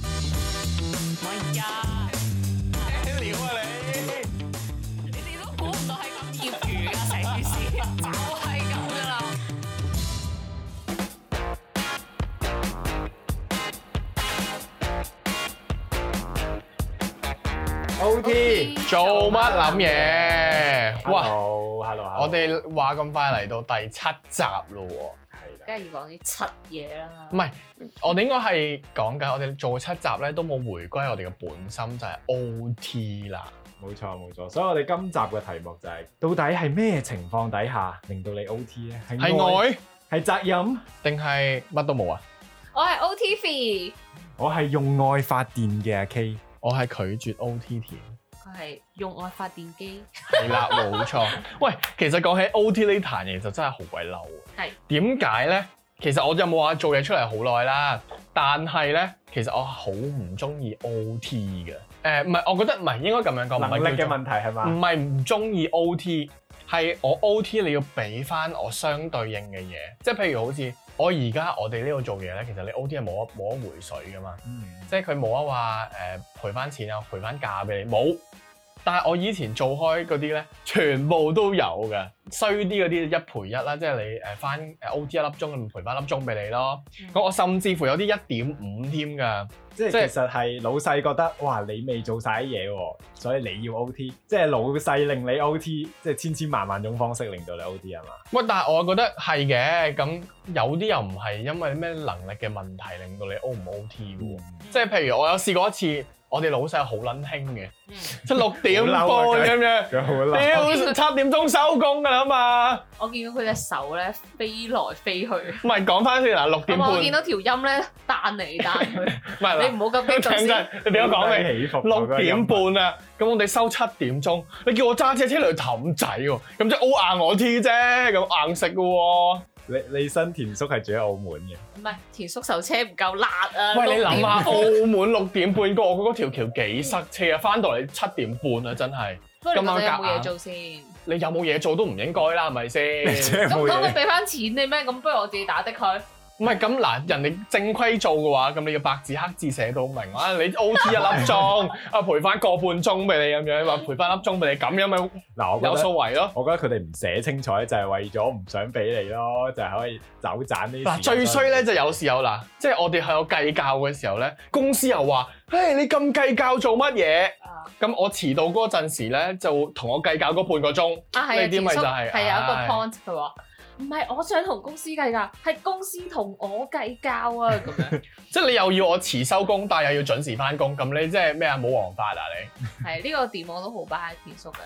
哎咩料啊你？你哋都估唔到係咁業餘噶成件事，就係咁噶啦。 OT 做乜諗嘢？哇！ Hello，Hello，我哋話咁快嚟到第七集咯喎，係啦梗係要講啲七嘢啦唔。係我哋應該係講緊我哋做七集咧都冇回歸我哋嘅本心，就係 OT 啦。冇錯冇錯，所以我哋今集嘅題目就係到底係咩情況底下令到你 OT 咧？係愛愛，係責任，定係乜都冇啊？我係 OTV，我係用愛發電嘅阿 K。我係拒絕 OT 添。佢係用愛發電機，係 啦，冇錯。喂，其實講起 OT 呢壇嘢就真係好鬼嬲啊！係點解咧？其實我就冇話做嘢出嚟好耐啦，但係咧，其實我好唔中意 OT 嘅。誒、唔係，我覺得唔係應該咁樣講，唔能係力嘅叫做問題係嘛？唔係唔中意 OT，係我 OT 你要俾翻我相對應嘅嘢，即係譬如好似我而家我哋呢度做嘢咧，其實你 OT 係冇得冇得回水噶嘛。嗯即係佢冇得話誒賠翻錢啊，賠翻價俾你冇。但係我以前做開嗰啲咧，全部都有嘅。衰啲嗰啲一賠一啦，即係你誒翻誒 O T 一粒鐘，咁咪賠翻粒鐘俾你咯。咁我甚至乎有啲一點五添㗎，即係即係其實係老細覺得哇，你未做晒啲嘢喎，所以你要 OT，即係老細令你 OT，即係千千萬萬種方式令到你 OT 係嘛？喂，但係我覺得係嘅。咁有啲又唔係因為咩能力嘅問題令到你 O 唔 O T 嘅喎。即係譬如我有試過一次，我哋老細好撚興 嘅，嗯即係六點半好嬲啊佢咁 樣，佢好嬲，屌七點鐘收工㗎啦嘛。我見到佢隻手咧飛來飛去，唔係講翻先嗱，六點咁半，我唔見到條音咧彈嚟彈去， 係嗱你唔好咁激動聽先真。，你俾我講好低未？起伏六嗰個音點半啊，咁我哋收七點鐘，你叫我揸車車嚟氹仔喎，咁即係 O 硬我 T 啫，咁硬食嘅喎。你你新田叔係住喺澳門嘅，唔係田叔手車唔夠辣啊！ 喂，你諗下 六點半澳門六點半過嗰條橋幾塞車啊，翻到嚟七點半啊，真係。不過你今晚覺得有夾冇硬嘢做先？你有冇嘢做都唔應該啦，係咪你真咁先？係冇咁佢嘢。俾翻錢你咩？咁不如我自己打的佢。唔係咁嗱，人哋正規做嘅話，咁你要白字黑字寫到明啊！你 O T 一粒 鐘，啊賠翻個半鐘俾你咁樣，話賠翻粒鐘俾你，咁樣咪嗱，我覺有得數為咯。我覺得佢哋唔寫清楚，就係為咗唔想俾你咯，就係可以走賺呢啲時間。嗱，最衰咧就有時候嗱，即係我哋喺度計較嘅時候咧，公司又話：，唉，你咁計較做乜嘢？啊咁我遲到嗰陣時咧，就同我計較嗰半個鐘。啊，係啊，呢啲田咪叔就係係有一個唉 point 佢話。唔係我想同公司計較，係公司同我計較啊！咁 樣即係你又要我遲收工，但係又要準時翻工，咁你即係咩啊？冇王法啊你？係呢、個點我都好巴田叔嘅。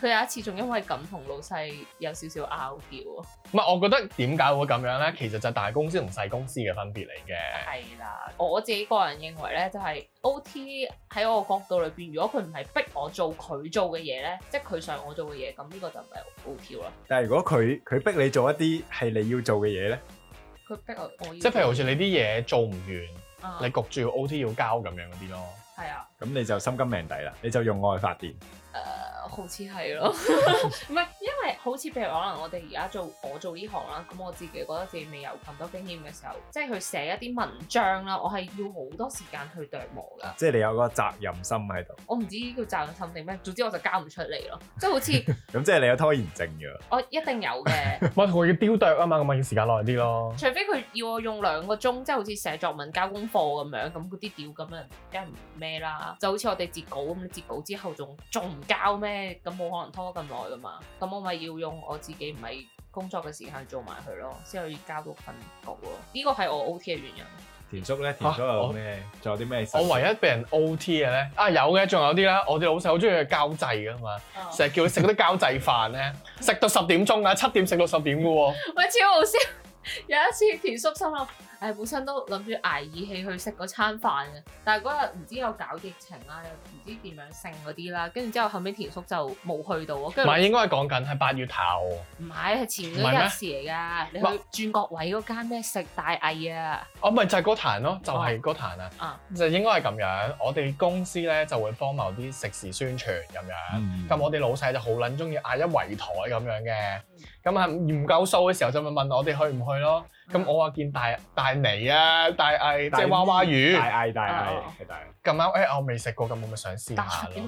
佢有一次仲因為咁同老細有少少拗撬喎。唔係，我覺得點解會咁樣咧？其實就係大公司同細公司嘅分別嚟嘅。係啦，我自己個人認為咧，就係、OT 喺我角度裏邊，如果佢唔係逼我做佢做嘅嘢咧，即係佢想我做嘅嘢，咁呢個就唔係 OT 啦。但係如果佢佢逼你做一啲係你要做嘅嘢咧，佢逼我，我要即係譬如好似你啲嘢做唔完，啊你焗住要 O T 要交咁樣嗰啲 咯。係啊。咁你就心甘命抵啦，你就用愛發電。呃好似係咯，唔係因為好似譬如可能我哋而家做我做呢行啦，咁我自己覺得自己未有咁多經驗嘅時候，即係佢寫一啲文章啦，我係要好多時間去琢磨噶。即係你有個責任心喺度，我唔知叫責任心定咩，總之我就交唔出嚟咯。即係好似 咁即係你有拖延症嘅。我一定有嘅，唔係，我要雕琢啊嘛，咁咪要時間耐 啲咯。除非佢要我用兩個鐘，即係好似寫作文交功課咁樣，咁嗰啲屌咁啊，梗係唔咩啦。就好似我哋截稿咁，你截稿之後仲仲唔交咩？咁冇可能拖咁耐噶嘛。咁我咪要用我自己唔係工作嘅時間做埋佢咯，先可以交到份稿咯。呢個係我 O T 嘅原因。田叔咧，田叔啊有我咩？仲有啲咩事？我唯一俾人 O T 嘅咧，啊有嘅，仲有啲啦，我哋老細好中意交際噶嘛，啊成日叫佢食嗰啲交際飯咧，食到十點鐘啊，七點食到十點嘅喎，喂，超好笑！ 有一次田叔心諗，唉，本身都諗住捱義氣去食嗰餐飯嘅，但係嗰日唔知有搞疫情啦，又唔知點樣剩嗰啲啦，跟住之後後尾田叔就冇去到喎，唔跟住係應該係講緊係八月頭，唔係係前唔係嗰咩日事嚟㗎，你去轉角位嗰間咩食大藝啊？哦咪就係嗰壇咯，就係嗰壇啊啊，就應該係咁樣，我哋公司咧就會幫某啲食肆宣傳咁樣。嗯咁我哋老細就好撚啊中意嗌一圍台咁樣嘅，咁係唔夠數嘅時候就咪問我哋去唔去咯。嗯咁我啊見大大尼啊、大藝即係娃娃魚大嗌大嗌啊係大嗌，咁啱哎誒，我未食過咁，我咪想試但下係咯。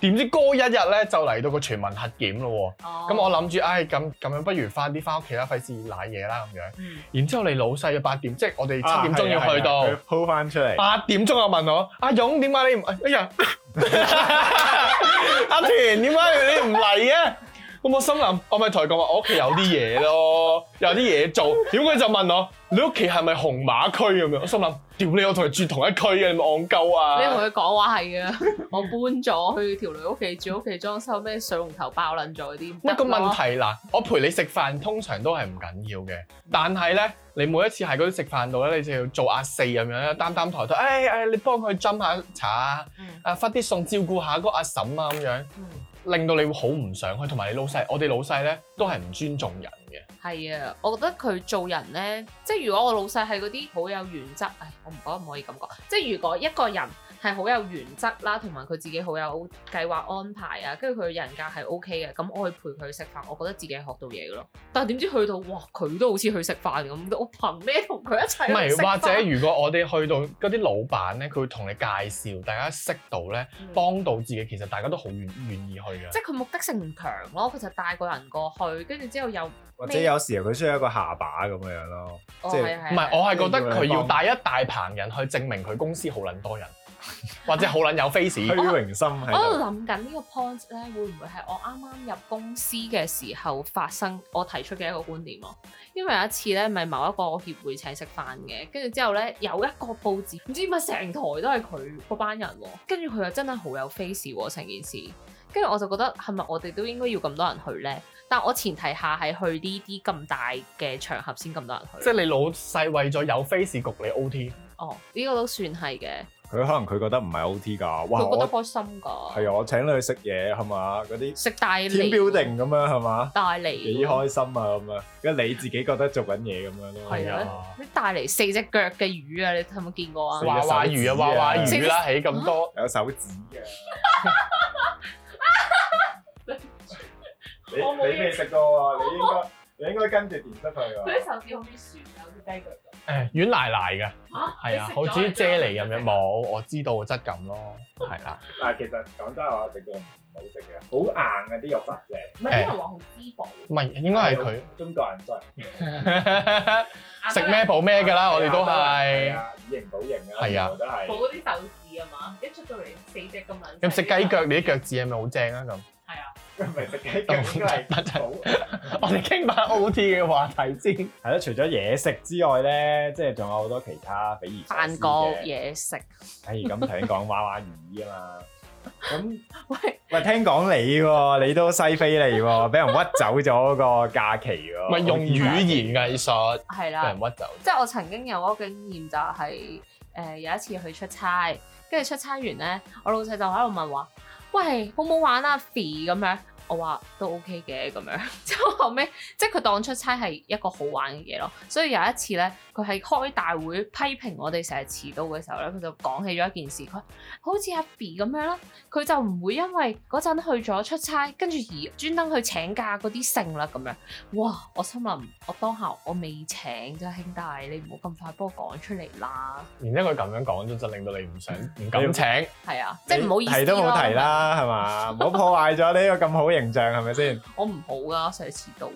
點知嗰一日咧就嚟到個全民核檢咯喎，咁我哦諗住唉咁咁樣不如快啲翻屋企啦，費事賴嘢啦咁樣。嗯然之後你老細嘅八點，即係我哋七點鐘啊係啊要去到係啊佢鋪翻出嚟，八點鐘又問我：阿勇點解你唔？哎呀， 阿團點解你唔嚟嘅？咁我心諗，我咪同佢講話，我屋企有啲嘢咯，有啲嘢做。點佢就問我：你屋企係咪紅馬區咁樣？我心諗，屌你，我同佢住同一區嘅，你咪戇鳩你同啊！佢講話係啊，我搬咗去條女屋企住屋企裝修，咩水龍頭爆撚咗嗰啲。乜個問題？題嗱，我陪你食飯通常都係唔緊要嘅，但係咧，你每一次喺嗰啲食飯度咧，你就要做阿四咁樣咧，擔擔抬抬，誒、哎、誒、你幫佢斟下茶啊，嗯啊發啲餸照顧下嗰個阿嬸啊咁樣。嗯令到你會好唔想去，同埋你老細，我哋老細咧都係唔尊重人嘅。係啊，我覺得佢做人咧，即係如果我老細係嗰啲好有原則，唉，我唔講唔可以咁講。即係如果一個人係好有原則啦，同埋佢自己好有計劃安排啊，跟住佢人格係 O K 嘅，咁我去陪佢食飯，我覺得自己係學到嘢嘅咯。但係點知去到哇，佢都好哦似去食飯咁，我憑咩同佢一齊唔去食係，飯？或者如果我哋去到嗰啲老闆咧，佢會同你介紹，大家識到咧，嗯幫到自己，其實大家都好願願意去嘅。即係佢目的性唔強咯，佢就帶個人過去，跟住之後又或者有時候佢需要一個下巴咁樣咯，哦即係係啊係啊唔係，我係覺得佢要幫帶一大棚人去證明佢公司好撚多人， 或者好撚有 face 虛。榮心喺我喺度度。諗緊呢個 point 咧，會唔會係我啱啱入公司嘅時候發生我提出嘅一個觀點咯？因為有一次咧，咪某一個協會請食飯嘅，跟住之後咧有一個報紙，唔知點解成台都係佢嗰班人喎，跟住佢又真係好有 face 喎成件事，跟住我就覺得係咪我哋都應該要咁多人去咧？但我前提下係去呢啲咁大嘅場合先咁多人即去。係你老細為咗有 face 焗你 OT，哦，呢、個都算係嘅，佢可能佢覺得唔係 O T 㗎，哇！佢覺得我開心㗎。係啊，我請你去食嘢係嘛，嗰啲食大利 team building 咁樣係嘛，大利幾開心啊咁樣，跟住你自己覺得做緊嘢咁樣咯。哎係啊，你帶嚟四隻腳嘅魚啊！你有冇見過啊？娃娃魚啊，娃娃魚啦，起咁多。有手指 嘅。你我冇嘢你未食過喎，你應該你應該跟住填出 佢喎。手指好似船有啲雞腳咁。啊誒軟奶奶嘅，嚇係啊，好似啫喱咁樣，冇，我知道個質感咯，係啦。但係其實講真話，食到唔好食嘅，好硬啊啲肉質嘅。唔係啲人話好滋補，唔係應該係 佢。中國人真係食咩啊補咩㗎啦，我哋都啊係係。啊，以形補形啊，係啊全部都係。補嗰啲手指啊嘛，一出到嚟四隻咁撚細。咁食雞腳，你啲腳趾係咪好正啊？咁係啊，唔係食雞腳應該啊係補。 我哋傾翻 O T 嘅話題 先。係咯，除咗嘢食之外咧，即係仲有好多其他匪夷所飯思局嘅。嘢食。唉，咁頭先講娃娃魚啊嘛，咁 喂，喂聽講你喎，你都西非 嚟喎，俾人屈走咗個假期喎。唔係用語言藝術係俾啦人。屈走。即係我曾經有嗰個經驗就係、呃有一次去出差，跟住出差完咧，我老細就喺度問話：喂，好唔好玩啊？Fee 咁樣，我話都 OK 嘅咁樣。 之後後尾，即係佢當出差係一個好玩嘅嘢咯。所以有一次咧，佢係開大會批評我哋成日遲到嘅時候咧，佢就講起咗一件事，佢話好似阿 B 咁樣啦，佢就唔會因為嗰陣去咗出差，跟住而專登去請假嗰啲性啦咁樣。哇！我心諗，我當下我未請啫，兄弟，你唔好咁快幫我講出嚟啦。然之後佢咁樣講咗，就令到你唔想唔敢請。係啊，即即係唔好意思提都冇提咯。啦，係嘛？唔好破壞咗呢個咁好形象，係咪先？我唔好噶，成日遲到。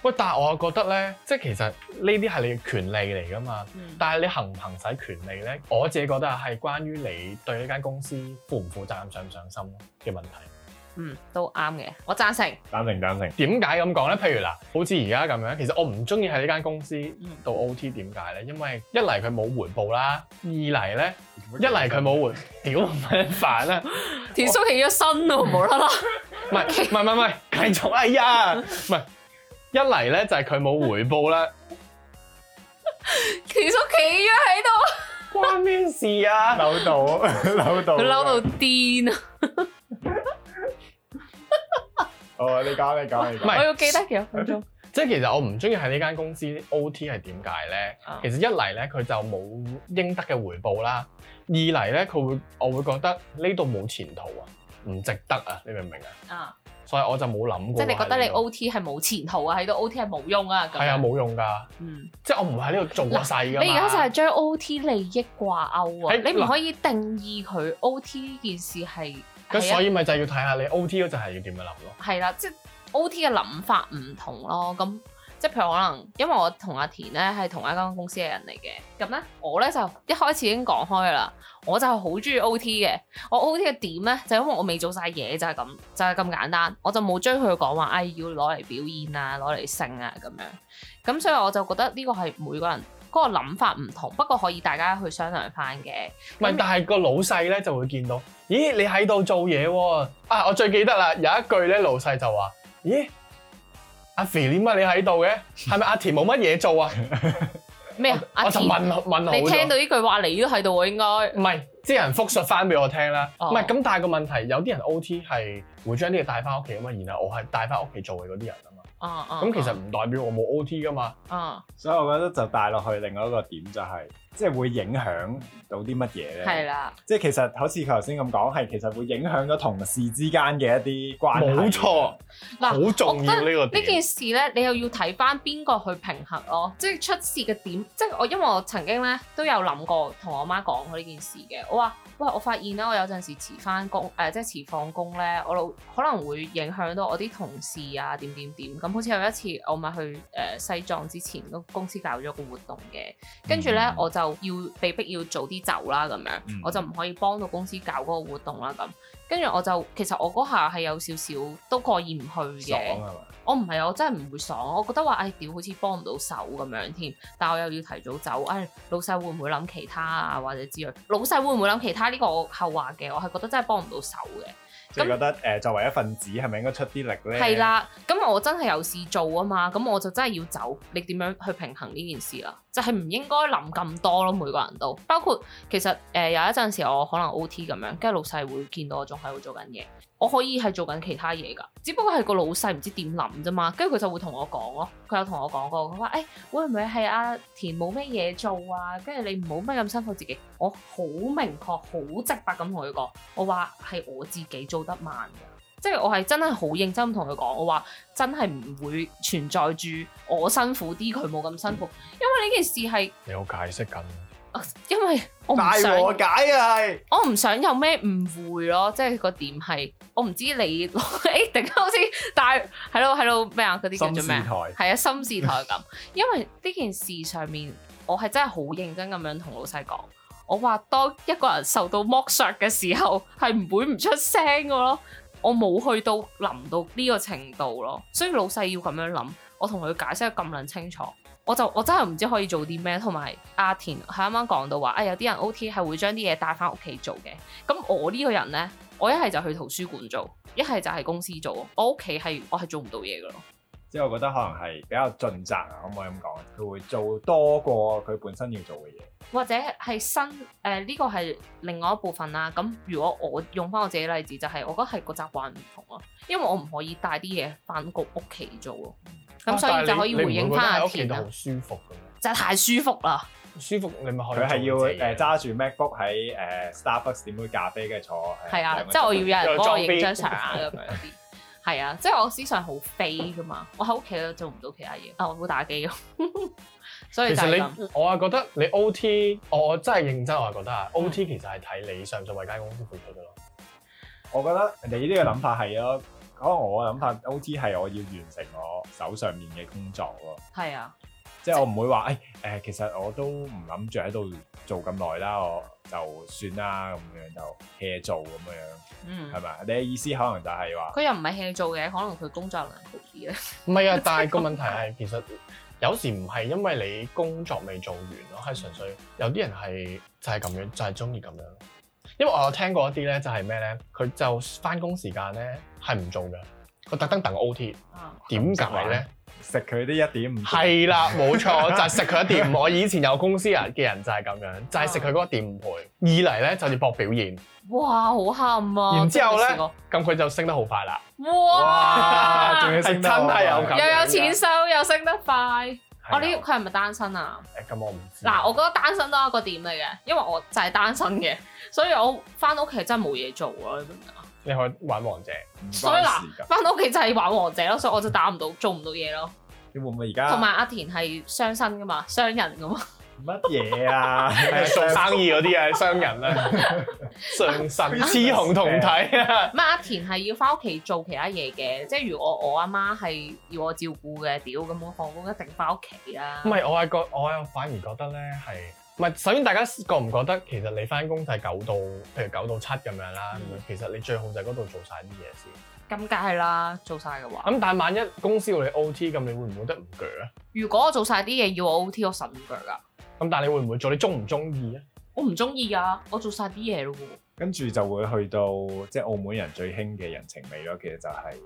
喂，但係我又覺得咧，即係其實呢啲係你嘅權利嚟㗎嘛。嗯，但係你行唔行使權利咧，我自己覺得係關於你對呢間公司負唔負責任、上唔上心嘅問題。嗯，都啱嘅，我贊成。贊成贊成。點解咁講咧？譬如嗱，好似而家咁樣，其實我唔中意喺呢間公司嗯到 OT 點解咧？因為一嚟佢冇回報啦，二嚟咧一嚟佢冇回，屌唔係煩啦，田叔起咗身咯，無啦 啦。唔係唔係唔係唔係，繼續哎呀，唔係一嚟咧就係佢冇回報啦，田叔企咗喺度，關咩事啊？扭到扭到。佢嬲到！癲啊！哦，你講你講你唔係講。我要記得幾多分鐘。即係其實我唔中意喺呢間公司 OT 係點解咧？啊其實一嚟咧佢就冇應得嘅回報啦，二嚟咧佢會我會覺得呢度冇前途啊，唔值得啊，你明唔明啊？啊，所以我就冇諗即過係話係呢個。啊你覺得你 O T 係冇前途啊，喺度 O T 係冇用啊咁樣。係啊，冇用㗎，嗯，即係我唔喺呢度做過世㗎嘛你而家就係將 O T 利益掛鈎啊，係你唔嗱可以定義佢 O T 呢件事係係咁啊所一以咪就係要睇下你 OT 嗰陣係要點樣諗咯。係啦，即係 O T 嘅諗法唔同咯。咁即係譬如可能，因為我同阿田咧係同一間公司嘅人嚟嘅，咁咧我咧就一開始已經講開㗎啦，我就係好中意 O T 嘅。我 O T 嘅點咧就因為我未做晒嘢就係咁，就係、咁簡單，我就冇追佢講話，唉、要攞嚟表演啊，攞嚟性啊咁樣。咁所以我就覺得呢個係每個人。嗰個諗法唔同，不過可以大家去商量翻嘅。唔係，但係個老細咧就會見到，咦，你喺度做嘢喎？啊，我最記得啦，有一句咧，老細就話：咦，阿肥點解你喺度嘅？ 係咪阿田冇乜嘢做啊？咩啊？阿我就田，問問好你咗聽到呢句話，你都喺度喎，應該。唔係，啲人復述翻俾我聽啦。哦唔係咁，但係個問題，有啲人 O.T. 係會將啲嘢帶翻屋企啊嘛，然後我係帶翻屋企做嘅嗰啲人啊嘛。啊啊咁其實唔代表我冇 O.T. 噶嘛。啊，所以我覺得就帶落去另外一個點就係、即係會影響到啲乜嘢咧？係啦。即係其實好似頭先咁講，係其實會影響咗同事之間嘅一啲關係。冇錯，嗱好重要呢個呢點件。事咧，你又要睇翻邊個去平衡咯，即係出事嘅點。即係我因為我曾經咧都有諗過同我媽講過呢件事嘅，我話喂，我發現咧我有陣時遲翻工，誒、即係遲放工咧，我老可能會影響到我啲同事啊點點點。咁好似有一次我咪去誒、西藏之前，個公司搞咗個活動嘅，跟住咧嗯我就要被逼要早啲走啦咁樣，嗯我就唔可以幫到公司搞嗰個活動啦咁。跟住我就其實我嗰下係有少少都過意唔去爽嘅。係嘛？我唔係啊，我真係唔會爽，我覺得話，唉、屌，好似幫唔到手咁樣添，但我又要提早走，唉、老細會唔會諗其他啊，或者之類，老細會唔會諗其他呢、個我後話嘅，我係覺得真係幫唔到手嘅，即係覺得誒、作為一份子係咪應該出啲力咧？係，啦，咁我真係有事做啊嘛，咁我就真係要走，你點樣去平衡呢件事啦？就係、唔應該諗咁多咯，每個人都，包括其實誒、呃有一陣時我可能 O T 咁樣，跟住老細會見到我仲喺度做緊嘢，我可以係做緊其他嘢㗎，只不過係個老細唔知點諗啫嘛，跟住佢就會同我講咯，佢有同我講過，佢話誒會唔會係阿田冇咩嘢做啊？跟住你唔好咩咁辛苦自己，我好明確、好直白咁同佢講，我話係我自己做得慢㗎。即係我係真係好認真咁同佢講，我話真係唔會存在住我辛苦啲，佢冇咁辛苦，因為呢件事係你有解釋緊。啊因為我唔大想和解啊！係我唔想有咩誤會咯，即係個點係，我唔知你攞， 誒，突然間好似但係係咯係咯咩啊？嗰啲叫心做事咩啊？台。係啊，心事台咁。 因為呢件事上面，我係真係好認真咁樣同老細講，我話當一個人受到剝削嘅時候，係唔會唔出聲噶咯。我冇去到臨到呢個程度咯，所以老細要咁樣諗。我同佢解釋得咁撚清楚，我就我真係唔知可以做啲咩。同埋阿田係啱啱講到話，啊、有啲人 O.T. 係會將啲嘢帶翻屋企做嘅。咁我呢個人呢，我一係就去圖書館做，一係就係公司做。我屋企係我係做唔到嘢噶咯。即係我覺得可能係比較盡責啊，可唔可以咁講？佢會做多過佢本身要做嘅嘢。或者係新誒呃呢、個係另外一部分啦。咁如果我用翻我自己例子，就係、我覺得係個習慣唔同咯，因為我唔可以帶啲嘢翻個屋企做咯。啊咁、所以就可以回應翻喺阿屋企田啊都啦好，舒服嘅咩就係太舒服啦。舒服你咪可以佢係要做自己嘢誒揸住 MacBook 喺誒、Starbucks 點杯咖啡嘅坐。誒係啊兩，個即係我要有人幫我又裝影逼張相啊咁樣嗰啲。係啊，即係我思想好飛噶嘛，我喺屋企都做唔到其他嘢，啊我會打機咯， 所以其就係實咁。你，我係啊覺得你 O.T. 我真係認真，我係覺得啊，O.T. 其實係睇你上唔上為間公司付出嘅咯。我覺得你呢個諗法係咯，可能我嘅諗法 O.T. 係我要完成我手上面嘅工作咯，係啊，即係我唔會話誒哎誒，其實我都唔諗住喺度做咁耐啦，我就算啦咁樣就 hea 做咁樣，嗯，係咪？你嘅意思可能就係話佢又唔係 hea 做嘅，可能佢工作量好啲咧。唔係啊， 但係個問題係其實有時唔係因為你工作未做完咯，係純粹有啲人係就係咁樣，就係中意咁樣。因為我有聽過一啲咧，就係咩咧，佢就翻工時間咧係唔做嘅，佢特登等 O.T. 啊點解咧？食佢啲一點五，係啦，冇錯，就係食佢一點五。我以前有公司人嘅人就係咁樣，就係食佢嗰個點五倍。二嚟咧就要搏表現，哇，好喊啊！然之後真係呢試過咁佢就升得好快啦。哇，仲哇，要升得係真係有喎咁又有錢收，又升得快。係我啊呢佢係咪單身啊？誒咁我唔知。嗱，我覺得單身都係一個點嚟嘅，因為我就係單身嘅，所以我翻屋企真係冇嘢做咯，你明唔明啊？你可以玩王者。所以唔關事嗱，㗎翻到屋企就係玩王者咯，所以我就打唔到，做唔到嘢咯。你會唔會而家同埋阿田係雙身噶嘛，雙人噶嘛， 乜嘢啊？做生意嗰啲啊，商人啊，上神雌雄同體啊，唔係阿田係要翻屋企做其他嘢嘅，即係如果我阿媽係要我照顧嘅，屌咁我放工一定翻屋企啊啦。唔係我係覺，我又反而覺得咧係，唔係首先大家覺唔覺得其實你翻工就係九到，譬如九到七咁樣啦，嗯其實你最好就係嗰度做晒啲嘢先。咁梗係啦，做晒嘅話，咁但係萬一公司要你 OT，咁你會唔會得唔鋸啊？如果我做晒啲嘢要我 O T，我神腳噶，咁但係你會唔會做？你中唔中意啊？我唔中意啊，我做晒啲嘢咯喎。跟住就會去到即係澳門人最興嘅人情味咯。其實就係、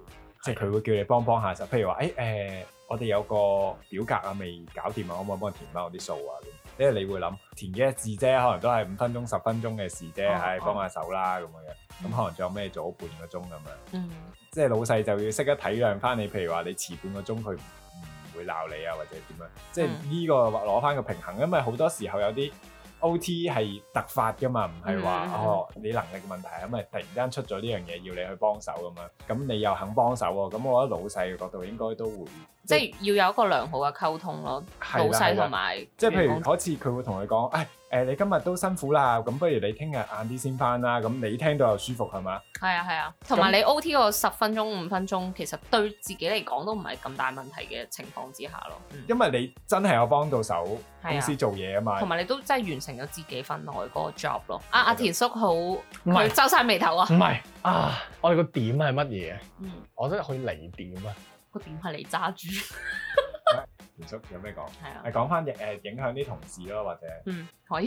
即係佢會叫你幫幫下手，譬如話誒誒，我哋有個表格啊未搞掂啊，可唔可以幫我填翻我啲數啊？咁即係你會諗填幾多字啫，可能都係五分鐘、十分鐘嘅事啫，哦唉、哦幫下手啦咁樣。咁可能仲有咩做好半個鐘咁樣，嗯，即係老細就要識得體諒翻你。譬如話你遲半個鐘，佢唔會鬧你啊，或者點樣。即係嗯呢個攞翻個平衡，因為好多時候有啲 O.T. 係突發噶嘛，唔係話嗯嗯嗯哦你能力問題，因為突然間出咗呢樣嘢要你去幫手咁樣，咁你又肯幫手喎，咁我覺得老細嘅角度應該都會即係要有一個良好嘅溝通咯，老係啦細係同啦，埋即係譬如員工好似佢會同佢講，誒誒你今日都辛苦啦，咁不如你聽日晏啲先翻啦，咁你聽到又舒服係嘛？係啊係啊，同埋你 O T 個十分鐘五分鐘，其實對自己嚟講都唔係咁大問題嘅情況之下咯。嗯因為你真係有幫到手係公啊司做嘢啊嘛同，埋你都真係完成咗自己份內嗰個 job 咯。啊，阿田叔好，佢係皺晒眉頭啊唔。係啊，我哋個點係乜嘢啊？嗯，我真係去離點啊！個點係你揸住，田叔有咩講？係啊誒，講翻誒影響啲同事咯，或者嗯，可以。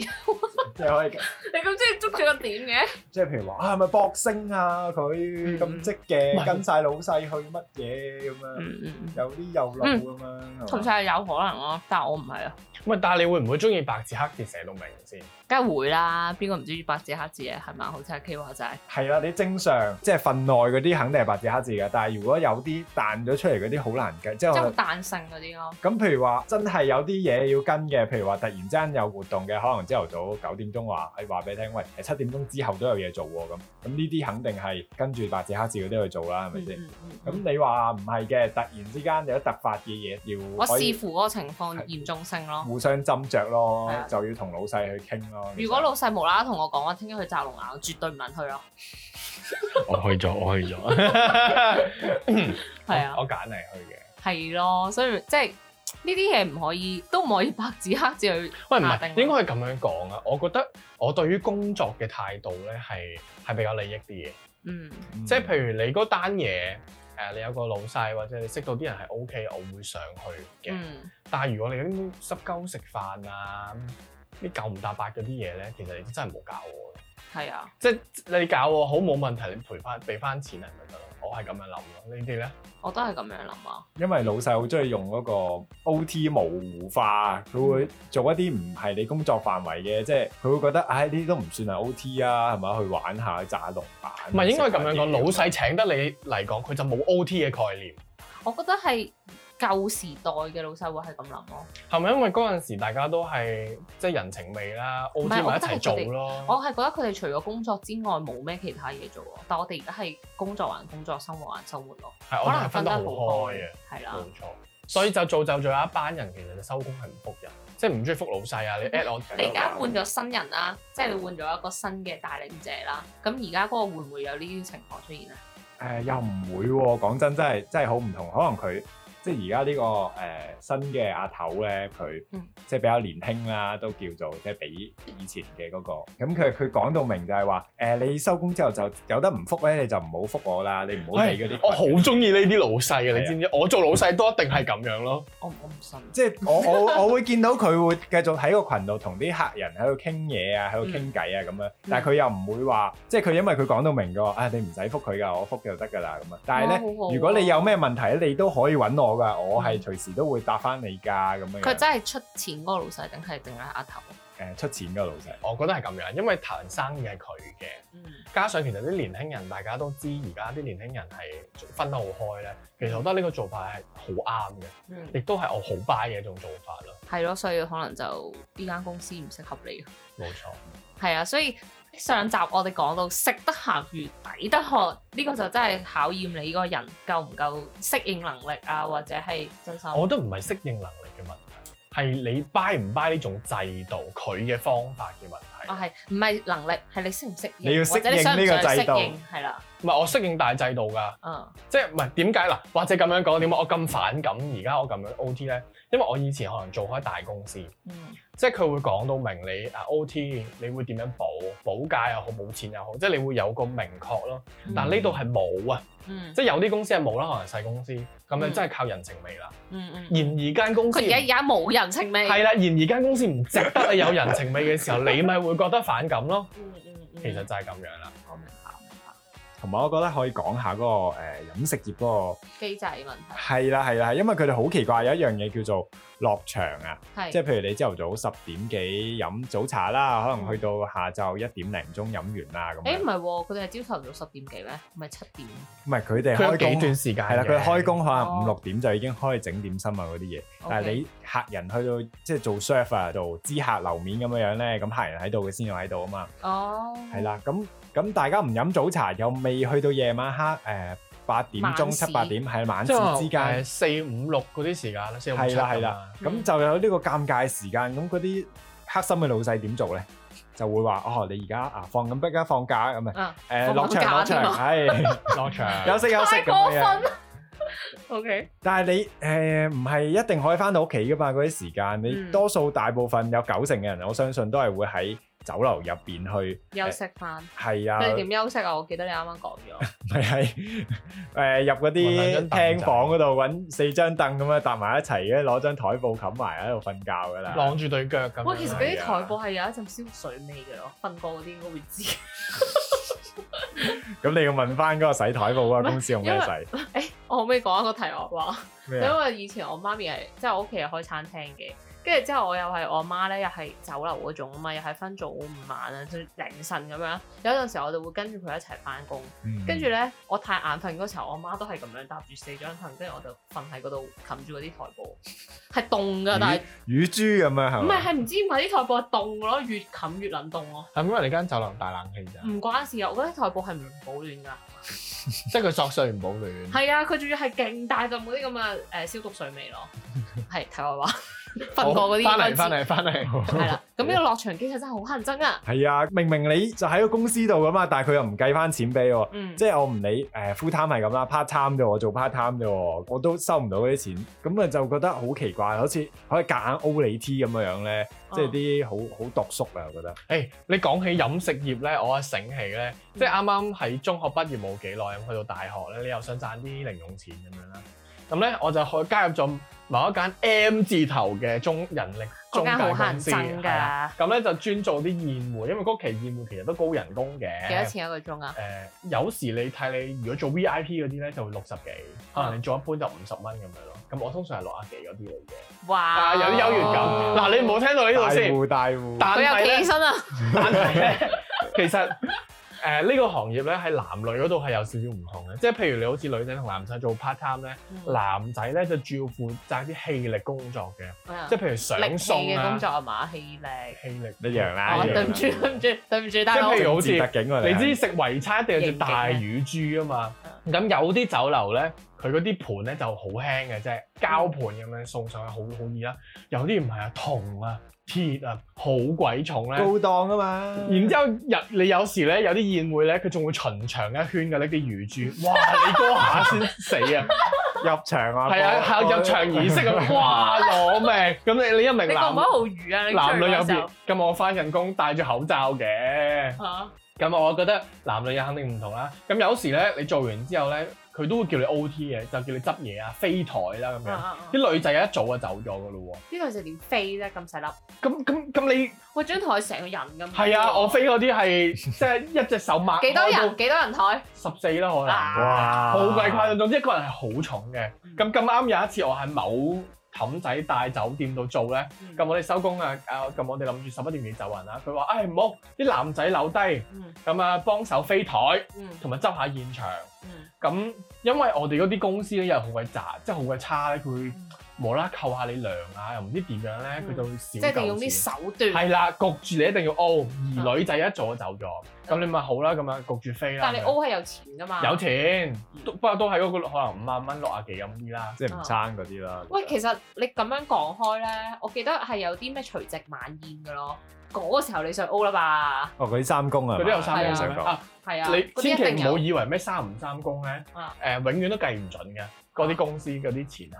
即係可以。 你咁中意捉住個點嘅？即係譬如話啊，係咪博星啊？佢咁積嗯嘅，跟晒老細去乜嘢咁樣，嗯嗯嗯，有啲右路咁樣。同係嘛晒有可能咯，但係我唔係啊，喂，但係你會唔會中意白字黑字寫到明先？梗係會啦。邊個唔中意白紙黑字啊？係嘛？好似阿 K 話齋，係啦，你正常即係份內嗰啲肯定係白字黑字嘅，但係如果有啲彈咗出嚟嗰啲好難計，即係即係好我彈性嗰啲咯。咁譬如話真係有啲嘢要跟嘅，譬如話突然之間有活動嘅，可能朝頭早九點鐘話，哎誒話俾你聽，喂誒七點鐘之後都有嘢做喎咁，咁呢啲肯定係跟住白字黑字嗰啲去做啦，係咪嗯先？嗯嗯嗯咁你話唔係嘅，突然之間有啲突發嘅嘢要我可以視乎嗰個情況係嗯嚴重性咯。互相斟酌咯係啊，就要同老細去傾咯。如果老細無啦啦同我講話，聽日去摘龍眼，我絕對唔撚去哦咯。 我去咗，我去咗。係哦啊， 我揀嚟去嘅。係咯，所以即係呢啲嘢唔可以，都唔可以白紙黑字去。喂，唔下定係論應該係咁樣講啊！我覺得我對於工作嘅態度咧係係比較利益啲嘅，嗯嗯即係譬如你嗰單嘢。誒，你有個老細或者你識到啲人係 O K，我會上去嘅。嗯，但係如果你啲濕鳩食飯啊，啲九唔搭八嗰啲嘢咧，其實你真係冇搞我嘅。係啊。即係你搞我好冇問題，你賠翻俾翻錢係咪得咯？我係咁樣諗咯。你哋咧？我都係咁樣諗啊，因為老細好中意用嗰個 O.T. 模糊化，佢嗯會做一啲唔係你工作範圍嘅，即係佢會覺得，唉、呢啲都唔算係 O.T. 啊，係咪？去玩下去炸龍板，唔係應該咁樣食下講，嘢啊老細請得你嚟講，佢就冇 O T 嘅概念，我覺得係舊時代嘅老細會係咁諗咯。係咪因為嗰陣時大家都係即係人情味啦，O 唔 T 係咪我一覺得齊係做佢哋我哦咯。係覺得佢哋除咗工作之外冇咩其他嘢做喎，但我哋而家係工作還工作，生活還生活咯，哦係我可哋係能分分得得好好開開啊啊嘅，，係啦冇，錯。所以就造就咗有一班人其實就收工係唔復人，即係唔中意復老細啊！你 at 我，你而家換咗新人啦，即係你換咗一個新嘅帶領者啦，咁而家嗰個會唔會有呢啲情況出現啊咧？誒、呃又唔會喎、講真，真係真係好唔同。可能佢即係而家呢個誒、新嘅阿頭咧，佢、嗯即係比較年輕啦，都叫做即係比以前嘅嗰、個。咁佢佢講到明就係話誒，你收工之後就有得唔復咧，你就唔好復我啦，你唔好理嗰啲。我好中意呢啲老細嘅，你知唔知？我做老細都一定係咁樣咯。我我唔信，即係我我我會見到佢會繼續喺個群度同啲客人喺度傾嘢啊，喺度傾偈啊咁樣，但係佢又唔會話，即係佢因為佢講到明嘅喎，啊你唔使覆佢㗎，我覆就得㗎啦咁啊。但係咧，哦好好啊如果你有咩問題咧，你都可以揾我㗎，我係隨時都會答翻你㗎咁樣佢樣。真係出錢嗰個老細定係定係阿頭？誒出錢㗎老細，我覺得係咁樣，因為談生意係佢嘅。嗯，加上其實啲年輕人，大家都知而家啲年輕人係分得好開咧。其實我覺得呢個做法係好啱嘅，嗯，亦都係我好 buy 嘅一種做法咯。嗯係咯，所以可能就呢間公司唔適合你。冇錯，係啊，所以上集我哋講到食得鹹魚抵得渴，呢、個就真係考驗你個人夠唔夠適應能力啊，或者係真心。我覺得唔係適應能力嘅問題，係你 buy 唔 buy 呢種制度佢嘅方法嘅問題。啊係，唔係能力，係你適唔適應，你要或者你適應想唔呢想個制度適應，係啦，唔係我適應大制度㗎，嗯，即係唔係點解嗱？或者咁樣講點解我咁反感而家我咁樣 OT 咧？因為我以前可能做開大公司，嗯，即係佢會講到明你啊 OT 你會點樣補補假又好補錢又好，即係你會有個明確咯。但呢度係冇啊，嗯，即係有啲公司係冇啦，可能細公司咁嗯你真係靠人情味啦。嗯嗯嗯，然而間公司佢而家而家冇人情味，係啦，然而間公司唔值得你有人情味嘅時候，你咪會覺得反感咯。嗯嗯嗯，其實就係咁樣啦。我明白明白同埋我覺得可以講下嗰、個、呃、飲食業嗰、個機制問題係啦係啦，係因為佢哋好奇怪有一樣嘢叫做落場啊，係，即係譬如你朝頭早十點幾飲早茶啦，可能去到下晝一點零鐘飲完啦誒咁唔樣，係喎，佢哋係朝頭早十點幾咩？唔係七點，唔係佢哋佢有開幾工啊段。時間係啦，嘅佢開工可能哦五六點就已經開整點心啊嗰啲嘢，但係 OK 你客人去到即係做 serve 啊度知客樓面咁樣樣咧，咁客人喺度佢先要喺度啊嘛。哦，係啦，咁咁大家唔飲早茶，又未去到夜晚黑誒八點晚鐘市七八點係晚即市係之誒間，四五六嗰啲時間啦，四五七係啦係咁啦啊。咁就有呢個尷尬時間，咁嗰啲黑心嘅老細點做咧？就會話哦，你而家啊放緊，不家放假咁啊啊，誒放落場假落添場，啊係落場休息休息太咁過樣分樣啦。，OK，但係你誒唔係一定可以翻到屋企噶嘛？嗰啲時間嗯你多數大部分有九成嘅人，我相信都係會喺酒樓入邊去休息翻。係啊。你哋點休息啊？我記得你啱啱講咗。咪喺誒入嗰啲廳房嗰度揾四張凳咁樣搭埋一齊嘅，攞張台布冚埋喺度瞓覺噶啦。晾住對腳咁樣。哇，其實嗰啲係啊台布係有一陣燒水味嘅咯，瞓過嗰啲應該會知。 咁你要問翻嗰個洗台布嗰個公司用咩洗？誒，我可唔可以講一個題外話？咩因啊？為以前我媽咪係即係我屋企係開餐廳嘅，跟住之後我又係我媽咧，又係酒樓嗰種啊嘛，又係分早午晚啊，就凌晨咁樣。有陣時候我就會跟住佢一齊翻工，嗯跟住咧我太眼瞓嗰時候，我媽都係咁樣搭住四張凳，跟住我就瞓喺嗰度冚住嗰啲台布，係凍㗎，但係乳乳豬咁啊樣係唔係咪？係唔知點解啲台布係凍㗎咯，越冚越撚凍咯。係因為你間酒樓大冷氣咋，唔關事啊！我覺得台布係唔保暖㗎，即係佢索水唔保暖。係啊，佢仲要係勁大陣嗰啲咁嘅誒消毒水味咯，係題外話，好瞓過嗰啲翻應嚟該知翻嚟翻嚟， 係啦。 咁呢個落場機制真係好乞人憎啊！係啊，明明你就喺個公司度噶嘛，但係佢又唔計翻錢俾我。嗯，即係我唔理誒 full time 係咁啦，part time 啫喎，我做 part time 啫喎，我都收唔到嗰啲錢，咁啊就覺得好奇怪，好似可以夾硬 O 你 T 咁樣樣咧，即哦係啲好好度縮啊，我覺得。誒你講起飲食業咧，我一啊醒起咧，即係啱啱喺中學畢業冇幾耐咁，去到大學咧，你又想賺啲零用錢咁樣啦，咁咧我就去加入咗某一間 M 字頭嘅中人力嗰中間介好乞公人司，憎係啊㗎，咁咧就專做啲宴會，因為嗰期宴會其實都高人工嘅。幾多錢一個鐘啊誒、？有時你睇你如果做 V I P 嗰啲咧，就會六十幾，可啊能你做一杯就五十蚊咁樣咯。咁我通常係六啊幾嗰啲嚟嘅，哇！啊有啲優越感。哦嗱、你唔好聽到呢大度先，戶大戶，佢但係又企咧起，身啊！但係咧，其實誒呃呢、 個行業咧喺男女嗰度係有少少唔同嘅，即係譬如你好似女仔同男仔做 part time 咧，男仔咧就主要負責啲氣力工作嘅，嗯即係譬如力氣上送嘅工啊作，係嘛？氣力。氣力一樣啦哦，一樣啦對唔住， 對唔住，對唔住，但係即係譬我如好似政治特警啊，你係知食圍餐一定要隻大乳豬啊嘛，咁有啲酒樓咧，佢嗰啲盤咧就好輕嘅啫，膠盤咁樣送上去好好易啦。有啲唔係啊，銅啊、鐵啊，好鬼重咧。高檔啊嘛，然之後入你有時咧有啲宴會咧，佢仲會巡場一圈嘅呢啲乳豬，哇！你嗰下先死啊，入場啊，係啊，係啊入場儀式咁，哇！攞命咁你你一明你覺唔男覺得好愚啊？你男女有出去嗰時別候，咁我翻緊工戴住口罩嘅。嚇咁我覺得男女人肯定唔同啦。咁有時咧，你做完之後咧，佢都會叫你 O T 嘅，就叫你執嘢啊、飛台啦咁啊樣。啊啊啲女仔一早就走咗噶咯呢個就點飛啫？咁細粒，喎。咁咁咁你喂張台成個人咁。係啊？我飛嗰啲係即係一隻手擘哦幾多人？開幾多人台？到十四啦，可能啊哇，好鬼誇張。總之一個人係好重嘅。嗯咁咁啱有一次我喺某氹仔大酒店度做咧，咁咁我哋收工啊，啊咁我哋諗住十一點幾走人啦。佢話：，唉唔好，啲男仔留低，嗯咁啊幫手飛台，嗯同埋執下現場。嗯咁因為我哋嗰啲公司咧又好鬼渣，即係好鬼差咧，佢會無啦啦扣下你糧啊，又唔知點樣咧，佢就會嗯少即係一定要嚿用啲啊錢。手段。係啦，焗住你一定要 O，而女仔一早就走咗，咁你咪好啦，咁樣焗住飛啦。但係你 O 係有錢噶嘛？有錢，嗯都不過都係嗰個可能五萬蚊、六啊幾咁啲啦。即係唔生嗰啲啦。喂，其實你咁樣講開咧，我記得係有啲咩除夕晚宴嘅咯。嗰個時候你想 O 啦吧？哦，嗰啲三公啊，佢都有三係啊公想嘅講。啊！係啊，你嗰啲千一定祈唔好有。以為咩三唔三公咧，誒啊永遠都計唔準嘅嗰啲公司嗰啲錢係。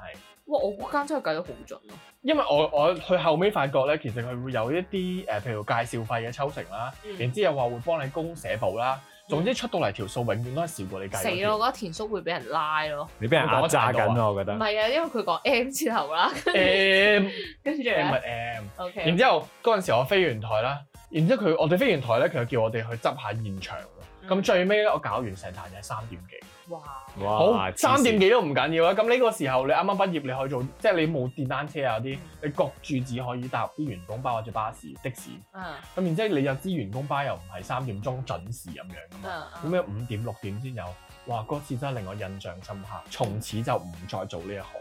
哇！我嗰間真係計得好準咯。因為我我去後尾發覺咧，其實佢會有一啲誒、呃譬如介紹費嘅抽成啦，嗯然之後話會幫你供社保啦，總之出到嚟條數永遠都係少過你計死嗰咯！我 條。覺得田叔會俾人拉咯。你俾人壓榨緊啊！我覺唔係得。啊，因為佢講 M 字頭啦， M 跟住 M 咪咧，M，M， M， ，OK。然之後嗰陣時我飛完台啦，然之後佢我哋飛完台咧，佢就叫我哋去執下現場喎。咁、嗯最尾咧，我搞完成壇嘢三點幾，哇！哇好三點幾？幾都唔緊要啊！咁呢個時候你啱啱畢業，你可以做，即係你冇電單車啊啲嗯，你焗住只可以搭啲員工巴或者巴士、的士。嗯咁然之後你又知員工巴又唔係三點鐘準時咁樣噶嘛，嗯咁嗯。樣五點六點先有，哇！嗰次真係令我印象深刻，從此就唔再做呢一行。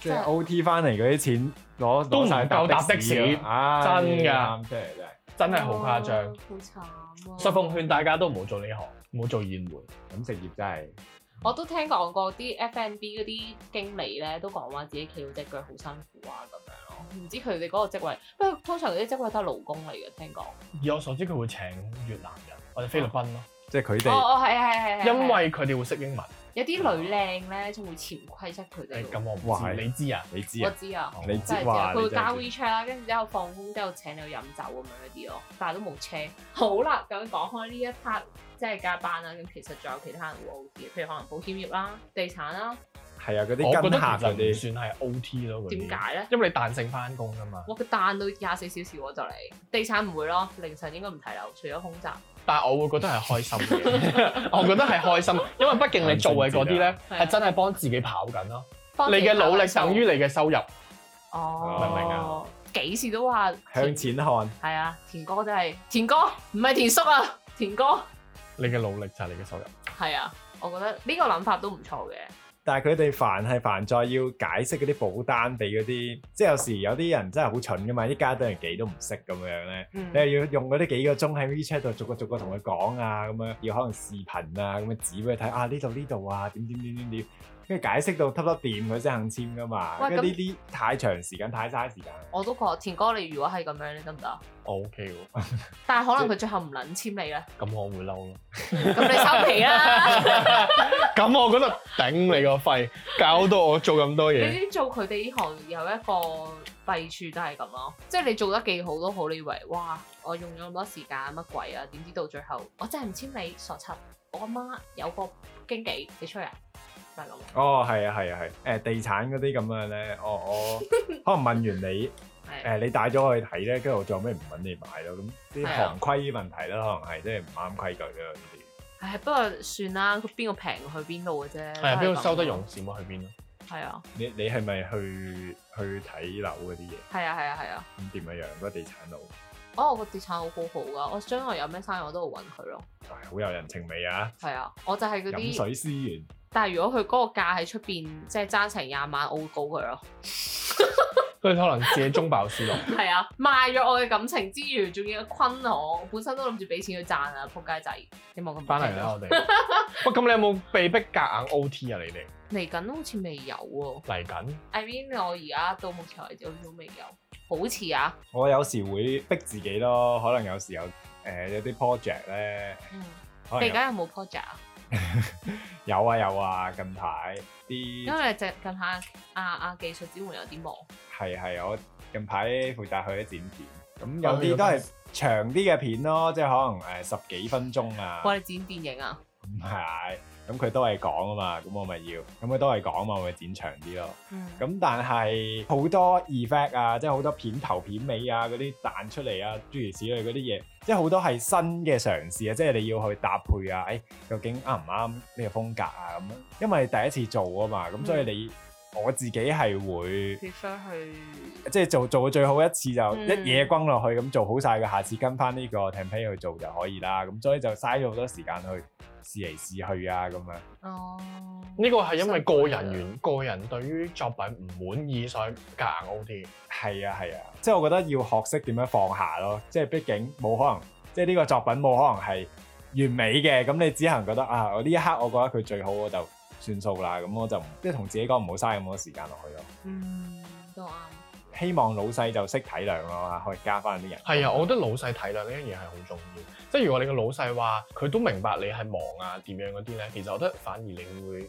即係 O T 翻嚟嗰啲錢攞都唔攞晒夠搭的士啊真㗎啱真係真係。真係好誇張。哇好慘啊！所以奉勸大家都唔好做呢行，唔好做宴會。飲食業真係我都聽講過啲 F&B 嗰啲經理咧，都講話自己企到只腳好辛苦啊咁樣咯。唔知佢哋嗰個職位，不過通常嗰啲職位都係勞工嚟嘅，聽講。以我所知，佢會請越南人或者菲律賓咯，即係佢哦哋哦，係係係係。因為佢哋會識英文。有啲女靚咧，仲會潛規則佢哋誒喎。咁我哇唔知，你知啊？你知我啊，知啊，你知真係知哇啊，佢會你真加係知 WeChat 啦，跟住之後放工之後請你去飲酒咁樣嗰啲咯，但係都冇車。好啦，咁講開呢一 part 即係加班啦，啊咁其實仲有其他人會 O T，譬如可能保險業啦、地產啦，係啊，嗰我啲覺跟得客嗰其啲實唔算係 O T 咯，嗰點啲。解咧？因為你彈性翻工噶嘛，哇！佢彈到廿四小時喎就嚟，地產唔會咯，凌晨應該唔睇樓，除咗空襲。但係我會覺得係開心嘅， 我覺得係開心，因為畢竟你做嘅嗰啲咧係啊係真係幫自己跑緊咯，幫你自己嘅努力考慮等於你嘅收入。哦，明唔明啊？幾時都話向錢看，係啊，田哥真係田哥，唔係田叔啊，田哥你嘅努力就係你嘅收入。係啊，我覺得呢個諗法都唔錯嘅。但係佢哋煩係煩在要解釋嗰啲保單俾嗰啲，即係有時有啲人真係好蠢噶嘛，一家都人幾都唔識咁樣咧，嗯你又要用嗰啲幾個鐘喺 WeChat 度逐個逐個同佢講啊，咁樣要可能視頻啊，咁樣指俾佢睇啊呢度呢度啊點點點點點，跟住解釋到揼揼掂佢先肯簽噶嘛，喂跟住咁呢啲太長時間太嘥時間，我都覺得田哥你如果係咁樣，你得唔得啊？我 OK 喎，但係可能佢最後唔撚簽你咧，咁我會嬲 咯。咁你收皮 啦！咁我覺得頂你個肺，搞到我做咁多你嘢。知做佢哋呢行有一個弊處都係咁咯，即係你做得幾好都好，你以為哇我用咗咁多時間乜鬼啊？點知到最後我真係唔簽你傻柒，我阿媽有個經紀，你吹啊？就係咁咯。哦，係啊，係啊，係。誒、地產嗰啲咁樣咧，我我可能問完你，誒、係啊你帶咗我去睇咧，跟住我最後尾唔揾你買咯。咁啲係啊行規問題啦，可能係即係唔啱規矩啦呢啲。唉，不過算啦，佢邊個平去邊度嘅啫。係啊，都係邊咁個收得用錢咪去邊咯。係啊，你你係咪去去睇樓嗰啲嘢？係啊，係啊，係啊。咁點樣樣？嗰個地產佬哦，我個地產好好好噶，我將來有咩生意我都會揾佢咯。唉好有人情味啊！係啊，我就係嗰飲啲。水思源，但係如果佢嗰個價喺出邊，即係爭成廿萬，我會告佢咯。 佢可能自己中飽私囊。係啊，賣咗我嘅感情之餘，仲要坤我，我本身都諗住俾錢佢賺啊，仆街仔！你冇咁啊翻嚟啦，！我哋。喂，咁你有冇被逼夾硬 O T 啊？你嚟哋緊好似未有喎嚟緊，I mean 我而家到目前為止好似都未有，好似啊，我有時會逼自己咯，可能有時有誒、有啲 project 咧，嗯，可你能而家有冇 project 啊？ 有有啊有啊，近排啲因為你近近下啊啊技術支援有啲忙，係係，我近排負責去啲剪片，咁哦有有啊啲都分係長啲嘅片咯，即係可能誒、十幾分鐘啊，喂，你剪電影啊？唔係，咁佢都係講啊嘛，咁我咪要，咁佢都係講啊嘛，我咪剪長啲咯。嗯，咁但係好多 effect 啊，即係好多片頭片尾啊嗰啲彈出嚟啊，諸如此類嗰啲嘢，即係好多係新嘅嘗試啊，即係你要去搭配哎啊，誒、究竟啱唔啱呢個風格啊咁樣，因為第一次做啊嘛，咁所以你我自己係會 prefer 去即係做做最好一次就嗯一嘢轟落去咁做好晒嘅，下次跟翻呢個 template 去做就可以啦。咁所以就嘥咗好多時間去試嚟試去啊咁樣。哦，呢個係因為個人辛緣，個人對於作品唔滿意，所以夾硬 O D。係啊係啊，即係我覺得要學識點樣放下咯。即係畢竟冇可能，即係呢個作品冇可能係完美嘅。咁你只能覺得啊，我呢一刻我覺得佢最好，我就算數啦。咁我就唔即係同自己講唔好嘥咁多時間落去咯。嗯，都啱。希望老細就識體諒咯，可以加翻啲人。係啊，我覺得老細體諒呢樣嘢係好重要。即係如果你個老細話佢都明白你係忙啊點樣嗰啲咧，其實我覺得反而你會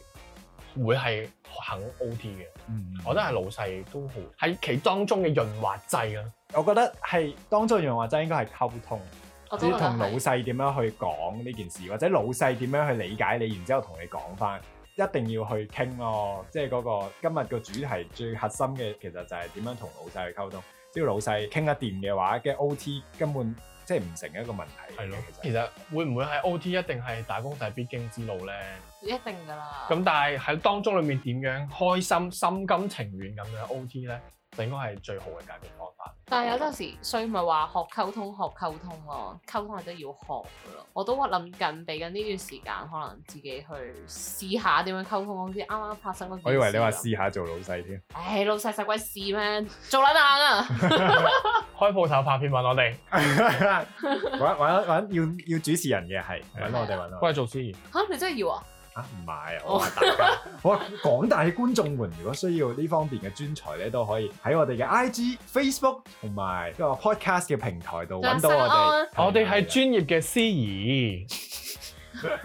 會係肯 O T 嘅。嗯，我覺得係老細都好係其當中嘅潤滑劑啊啦。我覺得係當中用話真應該係溝通。我即都覺係得同老係細點樣去講呢件事，或者老細點樣去理解你，然之後同你講翻，一定要去傾咯。即係嗰、個今日個主題最核心嘅，其實就係點樣同老細去溝通。只要老細傾得掂嘅話，嘅 OT 根本即係唔成一個問題。係咯，其其實實會唔會係 O T 一定係打工仔必經之路咧？一定㗎啦。咁但係喺當中裏面點樣開心、心甘情願咁樣 O T 咧，就應該係最好嘅解決方法。但係有陣時，所以咪話學溝通學溝通咯，溝通係真係要學噶咯。我都諗緊，俾緊呢段時間，可能自己去試下點樣溝通。好似啱啱發生嗰件事我以為你話咁，試下做老細 添，唉，老細使鬼試咩？做撚硬啊！ 開鋪頭拍片揾我哋，揾揾揾要要主持人嘅係揾我哋揾我喂哋做司儀，嚇你真係要啊？啊唔係我話大家， 我話廣大嘅觀眾們，如果需要呢方面嘅專才咧，都可以喺我哋嘅 IG、Facebook 同埋呢個 podcast 嘅平台度揾到我哋啊仲有。我哋係啊專業嘅司 儀，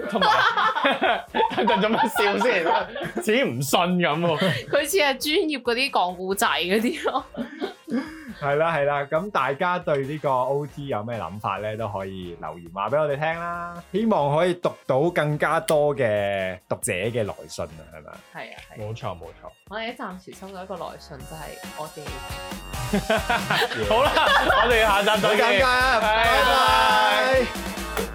同埋 等陣做乜笑 先？自己唔信咁喎。佢似係專業嗰啲講故仔嗰啲咯。係啦係啦，咁大家對呢個 OT 有咩諗法咧，都可以留言話俾我哋聽啦。希望可以讀到更加多嘅讀者嘅來信啊，係咪？係啊係啊，冇錯冇錯。我哋暫時收到一個來信，就係我哋好啦，我哋下集好再尷見尬。啊！拜拜拜。